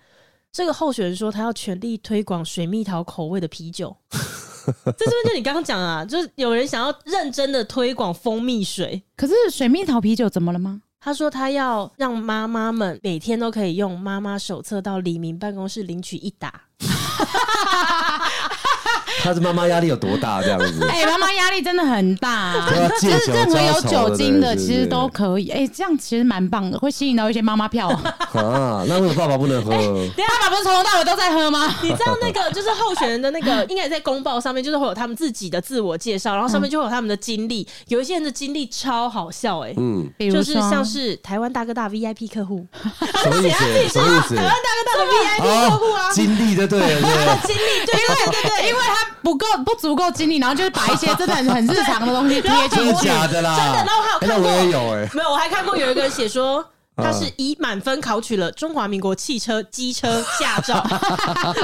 [SPEAKER 1] 这个候选人说他要全力推广水蜜桃口味的啤酒，这是不是就你刚刚讲啊？就是有人想要认真的推广蜂蜜水。
[SPEAKER 4] 可是水蜜桃啤酒怎么了吗？
[SPEAKER 1] 他说他要让妈妈们每天都可以用妈妈手册到李明办公室领取一 打。
[SPEAKER 2] 他是妈妈压力有多大这样 子？
[SPEAKER 4] 哎、妈妈压力真的很大、啊
[SPEAKER 2] 对啊，
[SPEAKER 4] 就是任何有
[SPEAKER 2] 借酒浇愁
[SPEAKER 4] 酒精的
[SPEAKER 2] 对对对
[SPEAKER 4] 其实都可以。哎、这样其实蛮棒的，会吸引到一些妈妈票。 爸
[SPEAKER 2] 啊，那为什么爸爸不能喝？
[SPEAKER 4] 爸不是从头到尾都在喝吗？
[SPEAKER 1] 你知道那个就是候选人的那个，应该也在公报上面，就是会有他们自己的自我介绍，然后
[SPEAKER 2] 嗯
[SPEAKER 1] 上面就会有他们的经历。有一些人的经历超好笑哎、
[SPEAKER 2] 嗯，
[SPEAKER 4] 比如
[SPEAKER 1] 就
[SPEAKER 4] 说
[SPEAKER 1] 是像是台湾大哥大 VIP 客户，
[SPEAKER 2] 什么意思？什么意思？
[SPEAKER 1] 大哥大的 VIP 客户啊，
[SPEAKER 2] 经历就对了，对 不
[SPEAKER 4] 哎
[SPEAKER 2] 对。哎
[SPEAKER 1] 经历对对 对对，
[SPEAKER 4] 因为他不够不足够精力，然后就是把一些真的很很日常的东 西贴进
[SPEAKER 2] 真的
[SPEAKER 4] 去。
[SPEAKER 2] 假的啦？
[SPEAKER 1] 真的然后还有
[SPEAKER 2] 哎
[SPEAKER 1] 看
[SPEAKER 2] 那
[SPEAKER 1] 过
[SPEAKER 2] 我也有哎、
[SPEAKER 1] 没有，我还看过有一个人写说。
[SPEAKER 2] 嗯
[SPEAKER 1] 他是以满分考取了中华民国汽车机车驾照， 而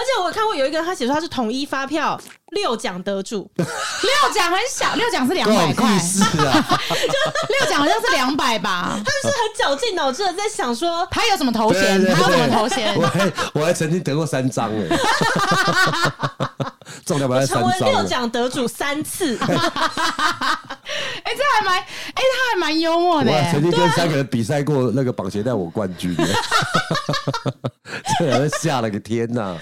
[SPEAKER 1] 且我看过有一个人，他写说他是统一发票六奖得主，
[SPEAKER 4] 六奖很小，六奖是两
[SPEAKER 2] 关我
[SPEAKER 4] 百块
[SPEAKER 2] 屁，事啊！
[SPEAKER 4] 六奖好像是两百 吧。
[SPEAKER 1] 但是很绞尽脑汁的在想说，
[SPEAKER 4] 他有什么头衔？
[SPEAKER 2] 对对对
[SPEAKER 4] 他有什么头衔
[SPEAKER 2] 我？还我还曾经得过三张 哎、中两百三
[SPEAKER 1] 成为
[SPEAKER 2] 张
[SPEAKER 1] 六
[SPEAKER 2] 了。
[SPEAKER 1] 奖得主三次，
[SPEAKER 4] 哎、这还蛮哎、他还蛮幽默
[SPEAKER 2] 我
[SPEAKER 4] 的、
[SPEAKER 2] 还曾
[SPEAKER 4] 哎
[SPEAKER 2] 经跟三个人比赛过那个绑鞋带，我冠军 耶，这两人吓了个天呐、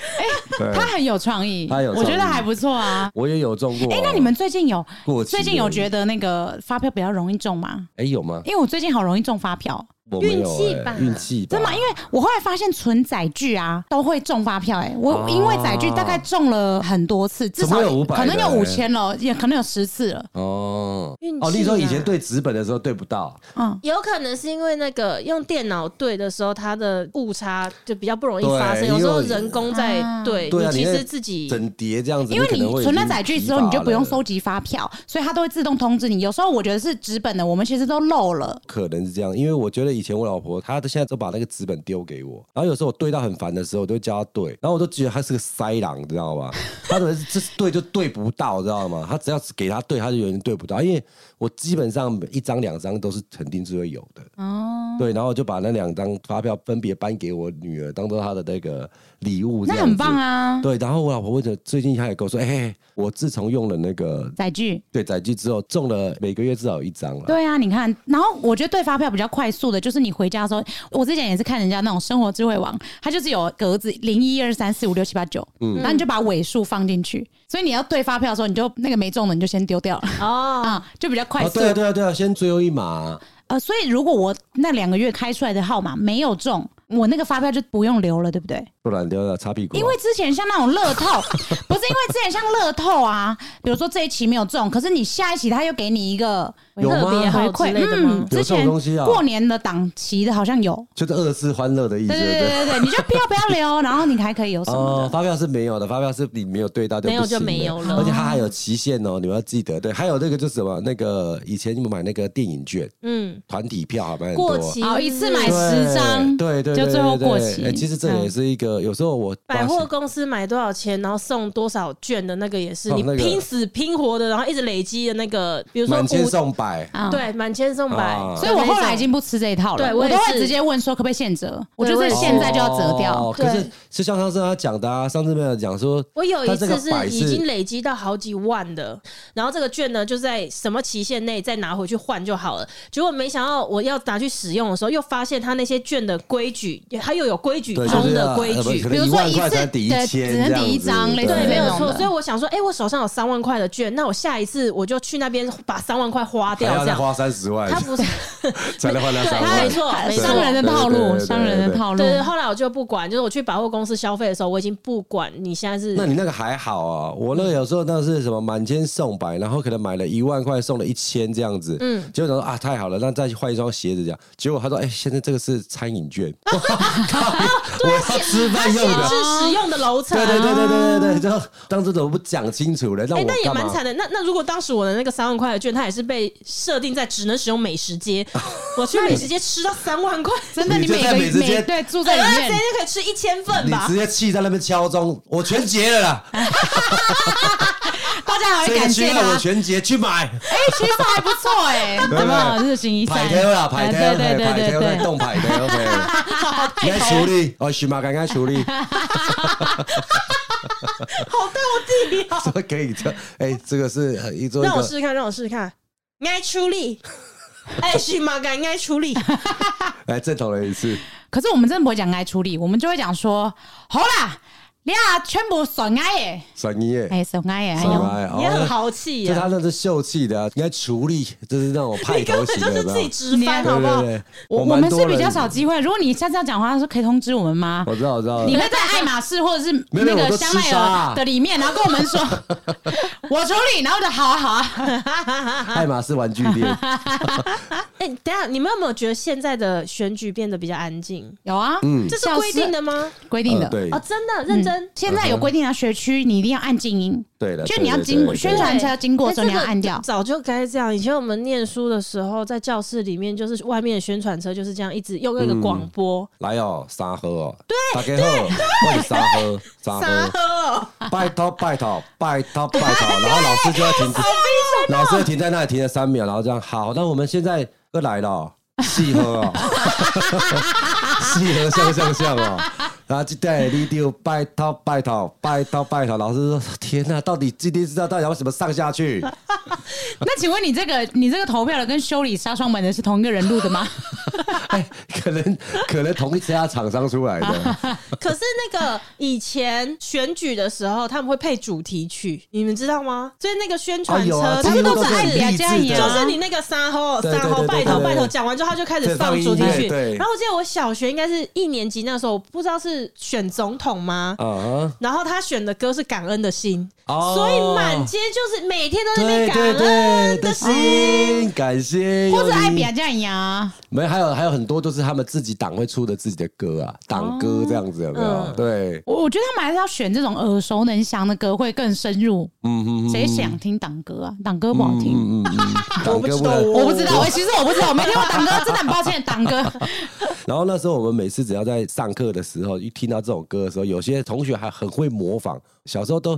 [SPEAKER 2] 对
[SPEAKER 4] 哎他很有创意，
[SPEAKER 2] 他有
[SPEAKER 4] 我觉得
[SPEAKER 2] 创意
[SPEAKER 4] 还不错啊。
[SPEAKER 2] 我也有中过、
[SPEAKER 4] 哎、那你们最近有
[SPEAKER 2] 过期
[SPEAKER 4] 最近有
[SPEAKER 2] 了
[SPEAKER 4] 觉得那个发票比较容易中吗？
[SPEAKER 2] 哎、有吗？
[SPEAKER 4] 因为我最近好容易中发票，
[SPEAKER 2] 我没有、
[SPEAKER 1] 运气吧
[SPEAKER 2] 哎，运气吧
[SPEAKER 4] 真的吗？因为我后来发现存载具啊都会中发票、哎，
[SPEAKER 2] 哦
[SPEAKER 4] 我因为载具大概中了很多次，至
[SPEAKER 2] 怎么
[SPEAKER 4] 少
[SPEAKER 2] 会有500
[SPEAKER 4] 可能有
[SPEAKER 2] 的
[SPEAKER 4] 五千了，也可能有十次了。
[SPEAKER 2] 哦
[SPEAKER 1] 运气
[SPEAKER 2] 哦，你说以
[SPEAKER 1] 啊
[SPEAKER 2] 前对纸本的时候对不到，
[SPEAKER 4] 嗯，
[SPEAKER 1] 有可能是因为那个用电脑对的时候，它的误差就比较不容易发生，
[SPEAKER 2] 对
[SPEAKER 1] 有时候
[SPEAKER 2] 因为
[SPEAKER 1] 人工在
[SPEAKER 4] 啊
[SPEAKER 1] 对，
[SPEAKER 2] 对啊，
[SPEAKER 1] 你其
[SPEAKER 2] 那
[SPEAKER 1] 实自己
[SPEAKER 2] 整叠这样子，
[SPEAKER 4] 因为
[SPEAKER 2] 可
[SPEAKER 4] 你
[SPEAKER 2] 能会
[SPEAKER 4] 存
[SPEAKER 2] 已
[SPEAKER 4] 了
[SPEAKER 2] 经
[SPEAKER 4] 载具
[SPEAKER 2] 疲
[SPEAKER 4] 之后，你就
[SPEAKER 2] 乏
[SPEAKER 4] 不用
[SPEAKER 2] 了
[SPEAKER 4] 收集发票，所以它都会自动通知你。有时候我觉得是纸本的，我们其实都漏了。
[SPEAKER 2] 可能是这样，因为我觉得以前我老婆她现在都把那个纸本丢给我，然后有时候我对到很烦的时候，我就叫她对，然后我都觉得她是个塞狼，你知道 吗？她怎么这是对就对不到，知道吗？她只要是给她对，她就永远对不到，因为我基本上一张两张都是肯定是会有的，
[SPEAKER 4] 哦，
[SPEAKER 2] 对，然后我就把那两张发票分别颁给我女儿，当做她的那个礼物，
[SPEAKER 4] 那很棒！啊，
[SPEAKER 2] 对，然后我老婆为什么最近她也跟我说，哎、嘿我自从用了那个
[SPEAKER 4] 载具。啊
[SPEAKER 2] 对载具之后，中了每个月至少有一张了。
[SPEAKER 4] 对啊，你看，然后我觉得对发票比较快速的，就是你回家的时候，我之前也是看人家那种生活智慧网，它就是有格子零一二三四五六七八九，
[SPEAKER 2] 嗯
[SPEAKER 4] 然后你就把尾数放进去，所以你要对发票的时候，你就那个没中的你就先丢掉了。
[SPEAKER 1] 哦，
[SPEAKER 4] 啊， 就比较快
[SPEAKER 2] 哦，
[SPEAKER 4] 速。
[SPEAKER 2] 对啊，对啊，对啊，先最后一码，
[SPEAKER 4] 呃，所以如果我那两个月开出来的号码没有中，我那个发票就不用留了，对不对？
[SPEAKER 2] 不然丢了擦屁股啊。
[SPEAKER 4] 因为之前像那种乐透，不是因为之前像乐透啊，比如说这一期没有中，可是你下一期他又给你一个
[SPEAKER 2] 有吗
[SPEAKER 4] 特别回
[SPEAKER 1] 之
[SPEAKER 4] 馈，
[SPEAKER 1] 类的吗
[SPEAKER 4] 嗯，
[SPEAKER 2] 有
[SPEAKER 4] 之
[SPEAKER 2] 这种
[SPEAKER 4] 前
[SPEAKER 2] 东西啊
[SPEAKER 4] 过年的档期的好像有，
[SPEAKER 2] 就是二次欢乐的意思，
[SPEAKER 4] 对对
[SPEAKER 2] 对不
[SPEAKER 4] 对
[SPEAKER 2] 对？
[SPEAKER 4] 对对，你就不要不要留，然后你还可以有什么
[SPEAKER 2] 哦
[SPEAKER 4] 的，。
[SPEAKER 2] 发票是没有的，发票是你没有对到就
[SPEAKER 1] 没
[SPEAKER 2] 不
[SPEAKER 1] 有就
[SPEAKER 2] 行
[SPEAKER 1] 没
[SPEAKER 2] 的
[SPEAKER 1] 有了
[SPEAKER 2] 而且它还有期限哦，你们要记得。对，还有那个就是什么，那个以前你们买那个电影券、
[SPEAKER 1] 嗯，
[SPEAKER 2] 团体票，好像很多
[SPEAKER 1] 过期
[SPEAKER 4] 好，一次买
[SPEAKER 2] 对
[SPEAKER 4] 十张，
[SPEAKER 2] 对对，对
[SPEAKER 4] 就最后过
[SPEAKER 2] 对对
[SPEAKER 4] 期嗯
[SPEAKER 2] 哎其实这个也是一个，有时候我
[SPEAKER 1] 百货公司买多少钱，然后送多少券的那个也是，
[SPEAKER 2] 哦
[SPEAKER 1] 你
[SPEAKER 2] 那个
[SPEAKER 1] 拼死拼活的，然后一直累积的那个，比如说
[SPEAKER 2] 满千
[SPEAKER 1] 五
[SPEAKER 2] 送百，
[SPEAKER 4] 啊，
[SPEAKER 1] 对满千送百
[SPEAKER 2] 啊，
[SPEAKER 4] 所以我后来已经不吃这一套了，
[SPEAKER 1] 对
[SPEAKER 4] 我
[SPEAKER 1] 我也
[SPEAKER 4] 都会
[SPEAKER 1] 是
[SPEAKER 4] 直接问说可不可以现折，我
[SPEAKER 1] 对
[SPEAKER 4] 就
[SPEAKER 1] 我
[SPEAKER 4] 是
[SPEAKER 1] 也是
[SPEAKER 4] 现在就要折掉
[SPEAKER 2] 哦。可是
[SPEAKER 1] 对
[SPEAKER 2] 就像上次他讲的啊，上次没有讲说，
[SPEAKER 1] 我有一
[SPEAKER 2] 但这
[SPEAKER 1] 次
[SPEAKER 2] 个
[SPEAKER 1] 是
[SPEAKER 2] 百是
[SPEAKER 1] 已经累积到好几万的，然后这个券呢就在什么期限内再拿回去换就好了。结果没想到我要拿去使用的时候，又发现他那些券的规矩，它又有规矩
[SPEAKER 2] 对，
[SPEAKER 1] 中
[SPEAKER 2] 就是
[SPEAKER 1] 的
[SPEAKER 2] 要
[SPEAKER 1] 规
[SPEAKER 2] 呃不
[SPEAKER 1] 矩
[SPEAKER 2] 可。
[SPEAKER 4] 比如
[SPEAKER 2] 能一
[SPEAKER 4] 说
[SPEAKER 2] 万
[SPEAKER 4] 一
[SPEAKER 2] 块
[SPEAKER 4] 次
[SPEAKER 2] 才抵一
[SPEAKER 4] 对
[SPEAKER 2] 千
[SPEAKER 4] 只
[SPEAKER 2] 这
[SPEAKER 4] 能
[SPEAKER 2] 样
[SPEAKER 4] 抵一
[SPEAKER 2] 子
[SPEAKER 4] 张类似
[SPEAKER 1] 对，
[SPEAKER 4] 对
[SPEAKER 1] 没有
[SPEAKER 4] 那种
[SPEAKER 1] 错，
[SPEAKER 4] 的
[SPEAKER 1] 所以我想说，哎、我手上有三万块的券，那我下一次我就去那边把三万块花
[SPEAKER 2] 还
[SPEAKER 1] 掉，
[SPEAKER 2] 要
[SPEAKER 1] 这
[SPEAKER 2] 再
[SPEAKER 1] 样。
[SPEAKER 2] 花三十万
[SPEAKER 1] 他不是，
[SPEAKER 2] 才能换到三
[SPEAKER 1] 他
[SPEAKER 2] 万
[SPEAKER 1] 没。错
[SPEAKER 4] 哎
[SPEAKER 1] 没错
[SPEAKER 4] 商人的套
[SPEAKER 2] 对对
[SPEAKER 4] 路，
[SPEAKER 2] 对对
[SPEAKER 4] 商人的
[SPEAKER 2] 对
[SPEAKER 4] 套路。
[SPEAKER 1] 对对，后来我就不管，就是我去百货公司消费的时候，我已经不管你现在是
[SPEAKER 2] 那你那个还好啊，我那个有时候那是什么满千送百，然后可能买了一万块送了一千这样子，嗯，结果想说啊太好了，那再去换一双鞋子这样，结果他说哎、现在这个是餐饮券，我要吃饭用
[SPEAKER 1] 限
[SPEAKER 2] 的，
[SPEAKER 1] 制使用的楼层
[SPEAKER 2] 对。对对对对对对，就当初怎么不讲清楚嘞？让
[SPEAKER 1] 哎、
[SPEAKER 2] 我
[SPEAKER 1] 但也
[SPEAKER 2] 干嘛
[SPEAKER 1] 蛮？惨的。那那如果当时我的那个三万块的券，它也是被设定在只能使用美食街， 我去美食街吃到三万块，
[SPEAKER 4] 真的，
[SPEAKER 2] 你
[SPEAKER 4] 你
[SPEAKER 2] 就
[SPEAKER 4] 每
[SPEAKER 2] 在
[SPEAKER 4] 个
[SPEAKER 2] 美食街
[SPEAKER 4] 每对住在
[SPEAKER 1] 哎
[SPEAKER 4] 里
[SPEAKER 1] 谁
[SPEAKER 4] 面，
[SPEAKER 1] 就可以吃一千份
[SPEAKER 2] 你
[SPEAKER 1] 吧
[SPEAKER 2] 直？接气在那边敲钟，我全结了啦，
[SPEAKER 4] 大家还
[SPEAKER 2] 这
[SPEAKER 4] 会
[SPEAKER 2] 个
[SPEAKER 4] 感
[SPEAKER 2] 区
[SPEAKER 4] 谢
[SPEAKER 2] 块我
[SPEAKER 4] 他。
[SPEAKER 2] 全结去买，
[SPEAKER 4] 哎，其实还不错哎，怎么日行一
[SPEAKER 2] 排
[SPEAKER 4] 善？
[SPEAKER 2] 条啦，排
[SPEAKER 4] 哎
[SPEAKER 2] 条，
[SPEAKER 4] 对
[SPEAKER 2] 嘿
[SPEAKER 4] 对
[SPEAKER 2] 排
[SPEAKER 4] 对
[SPEAKER 2] 条，嘿
[SPEAKER 4] 对对，
[SPEAKER 2] 动排条，OK，你该处理，哦，徐马刚刚处理。
[SPEAKER 1] 好到底 哦！
[SPEAKER 2] 说可以这，哎、这个是很一桌一
[SPEAKER 1] 让我
[SPEAKER 2] 个
[SPEAKER 1] 试试看，让我试试看，爱出 力。哎，徐马敢爱出力，
[SPEAKER 2] 哦 来正统的一次，
[SPEAKER 4] 可是我们真的不会讲爱处理，我们就会讲说，好啦，你啊全部爽爱耶，
[SPEAKER 2] 爽音乐，
[SPEAKER 4] 哎爽爱耶，哎
[SPEAKER 2] 爽
[SPEAKER 4] 呦，
[SPEAKER 2] 歪，
[SPEAKER 1] 你很
[SPEAKER 2] 哦，
[SPEAKER 1] 豪气
[SPEAKER 2] 就
[SPEAKER 1] 呀、
[SPEAKER 2] 他那是秀气的、啊，应该处理，就是那种派
[SPEAKER 1] 你根
[SPEAKER 2] 头
[SPEAKER 1] 本
[SPEAKER 2] 型
[SPEAKER 1] 就
[SPEAKER 2] 的，
[SPEAKER 1] 是
[SPEAKER 2] 有没有
[SPEAKER 1] 自己直翻，
[SPEAKER 4] 你
[SPEAKER 1] 好不好？
[SPEAKER 2] 对对对
[SPEAKER 4] 我
[SPEAKER 2] 蛮
[SPEAKER 4] 们
[SPEAKER 2] 多
[SPEAKER 4] 是比
[SPEAKER 2] 人
[SPEAKER 4] 较少，机会。如果你下次要讲话，说可以通知我们吗？
[SPEAKER 2] 我知道，我知道，
[SPEAKER 4] 你会在爱马仕或者是
[SPEAKER 2] 没有没
[SPEAKER 4] 那
[SPEAKER 2] 有我
[SPEAKER 4] 个
[SPEAKER 2] 都
[SPEAKER 4] 香
[SPEAKER 2] 吃
[SPEAKER 4] 奈
[SPEAKER 2] 沙啊
[SPEAKER 4] 儿的里面，然后跟我们说我处理，然后我就好啊好啊。
[SPEAKER 2] 爱马仕玩具店，
[SPEAKER 1] 哎、等一下，你们有没有觉得现在的选举变得比较安静？
[SPEAKER 4] 有啊，
[SPEAKER 2] 嗯
[SPEAKER 1] 这是规定的吗？
[SPEAKER 4] 规定的
[SPEAKER 2] 呃，对
[SPEAKER 1] 哦，真的认真。
[SPEAKER 4] 现在有规定啊，学区你一定要按静音，
[SPEAKER 2] 对的，
[SPEAKER 4] 就
[SPEAKER 2] 对
[SPEAKER 4] 你要
[SPEAKER 2] 对
[SPEAKER 4] 经过
[SPEAKER 2] 对
[SPEAKER 4] 宣传车经过的时候
[SPEAKER 1] 哎
[SPEAKER 4] 你要
[SPEAKER 1] 这个
[SPEAKER 4] 按掉。
[SPEAKER 1] 早就该这样。以前我们念书的时候，在教室里面就是外面的宣传车就是这样，一直用那个广播。
[SPEAKER 2] 来哦，沙喝哦，对，大家好，我是沙喝，沙
[SPEAKER 1] 沙
[SPEAKER 2] 喝，
[SPEAKER 1] 喝哦，
[SPEAKER 2] 拜托拜托拜托拜托，然后老师就要停止，老师就停在那里停了三秒，然后这样，好，那我们现在又来了哦，细喝哦。细和像像像哦。然后就带你丢拜托拜托拜托拜托，老师说：“天哪，到底今天知道到底要怎么上下去
[SPEAKER 4] 那请问你这个你这个投票的跟修理纱窗门的是同一个人录的吗？？”
[SPEAKER 2] 哎，可能可能同一家厂商出来的，
[SPEAKER 1] 可是那个以前选举的时候，他们会配主题曲，你们知道吗？所以那个宣
[SPEAKER 2] 啊
[SPEAKER 1] 传
[SPEAKER 2] 有啊，
[SPEAKER 1] 车，
[SPEAKER 2] 这
[SPEAKER 1] 他
[SPEAKER 2] 些
[SPEAKER 1] 们
[SPEAKER 2] 都
[SPEAKER 1] 是
[SPEAKER 2] 很
[SPEAKER 4] 这
[SPEAKER 2] 励
[SPEAKER 4] 样
[SPEAKER 2] 志
[SPEAKER 4] 也
[SPEAKER 2] 的
[SPEAKER 1] 就
[SPEAKER 4] 啊
[SPEAKER 2] 啊。
[SPEAKER 1] 是你那个沙吼
[SPEAKER 2] 对
[SPEAKER 1] 沙吼
[SPEAKER 2] 对对
[SPEAKER 1] 拜
[SPEAKER 2] 对
[SPEAKER 1] 头
[SPEAKER 2] 对
[SPEAKER 1] 拜头
[SPEAKER 2] 对
[SPEAKER 1] 讲完之后，他就开
[SPEAKER 2] 对
[SPEAKER 1] 始放
[SPEAKER 2] 放
[SPEAKER 1] 主题
[SPEAKER 2] 音乐
[SPEAKER 1] 曲。
[SPEAKER 2] 对
[SPEAKER 1] 然后我记得我小学应该是一年级那时候，我不知道是选总统吗？
[SPEAKER 2] 啊，
[SPEAKER 1] 然后他选的歌是《感恩的心》，
[SPEAKER 2] 哦
[SPEAKER 1] 所以满街就是每天都在那
[SPEAKER 2] 对
[SPEAKER 1] 边感
[SPEAKER 2] 对对
[SPEAKER 1] 恩的
[SPEAKER 2] 的
[SPEAKER 1] 心。
[SPEAKER 2] 心，感 谢有你。
[SPEAKER 4] 或者爱比亚这样呀？
[SPEAKER 2] 没，还有还有很多都是他们自己党会出的自己的歌啊，党歌这样子有没有？对，
[SPEAKER 4] 我我觉得他们还是要选这种耳熟能详的歌，会更深入。
[SPEAKER 2] 嗯嗯嗯
[SPEAKER 4] 谁想听党歌啊？党歌不好听。
[SPEAKER 2] 嗯嗯嗯，党歌不能
[SPEAKER 4] 我不知道，欸我其实我不知道，我没听过党 歌，真的很抱歉，党歌。
[SPEAKER 2] 然后那时候我们每次只要在上课的时候，一听到这首歌的时候，有些同学还很会模仿。小时候都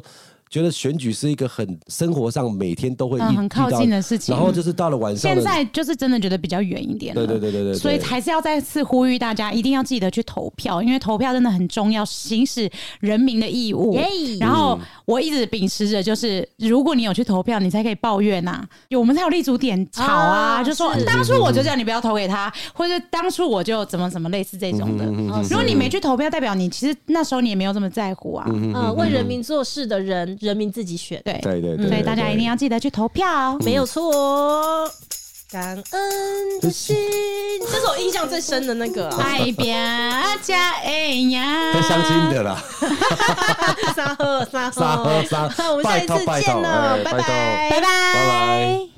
[SPEAKER 2] 觉得选举是一个很生活上每天都会遇、
[SPEAKER 4] 嗯很靠近
[SPEAKER 2] 遇到
[SPEAKER 4] 的事情
[SPEAKER 2] 然后就是到了晚上
[SPEAKER 4] 现
[SPEAKER 2] 的，
[SPEAKER 4] 在就是真的觉得比较远一点
[SPEAKER 2] 对
[SPEAKER 4] 了，
[SPEAKER 2] 对对对对对
[SPEAKER 4] 所以还是要再次呼吁大家，一定要记得去投票，因为投票真的很重要，行使人民的义务。
[SPEAKER 2] 嗯
[SPEAKER 4] 然后我一直秉持着，就是如果你有去投票，你才可以抱怨呐、有我们才有立足点吵啊，
[SPEAKER 5] 啊
[SPEAKER 4] 就说
[SPEAKER 5] 是
[SPEAKER 4] 当初我就叫你不要投给他，或者当初我就怎么怎么类似这种
[SPEAKER 2] 嗯
[SPEAKER 4] 的。如果你没去投票，代表你其实那时候你也没有这么在乎啊。
[SPEAKER 1] 嗯，为人民做事的人，人民自己选，
[SPEAKER 4] 对，
[SPEAKER 2] 对对对
[SPEAKER 4] 所以大家一定要记得去投票。
[SPEAKER 1] 没有错哦。感恩的 心，这是我印象最深的那个啊，
[SPEAKER 4] 爱拼加哎呀，
[SPEAKER 2] 太伤心的啦，
[SPEAKER 1] 沙赫沙
[SPEAKER 2] 沙
[SPEAKER 1] 赫
[SPEAKER 2] 喝，沙，
[SPEAKER 1] 那我们下一
[SPEAKER 2] 拜托
[SPEAKER 1] 次
[SPEAKER 2] 拜
[SPEAKER 1] 见
[SPEAKER 2] 托，
[SPEAKER 1] 了
[SPEAKER 2] 哎，
[SPEAKER 1] 拜
[SPEAKER 2] 托
[SPEAKER 1] 拜
[SPEAKER 2] 拜
[SPEAKER 4] 拜拜
[SPEAKER 2] 拜。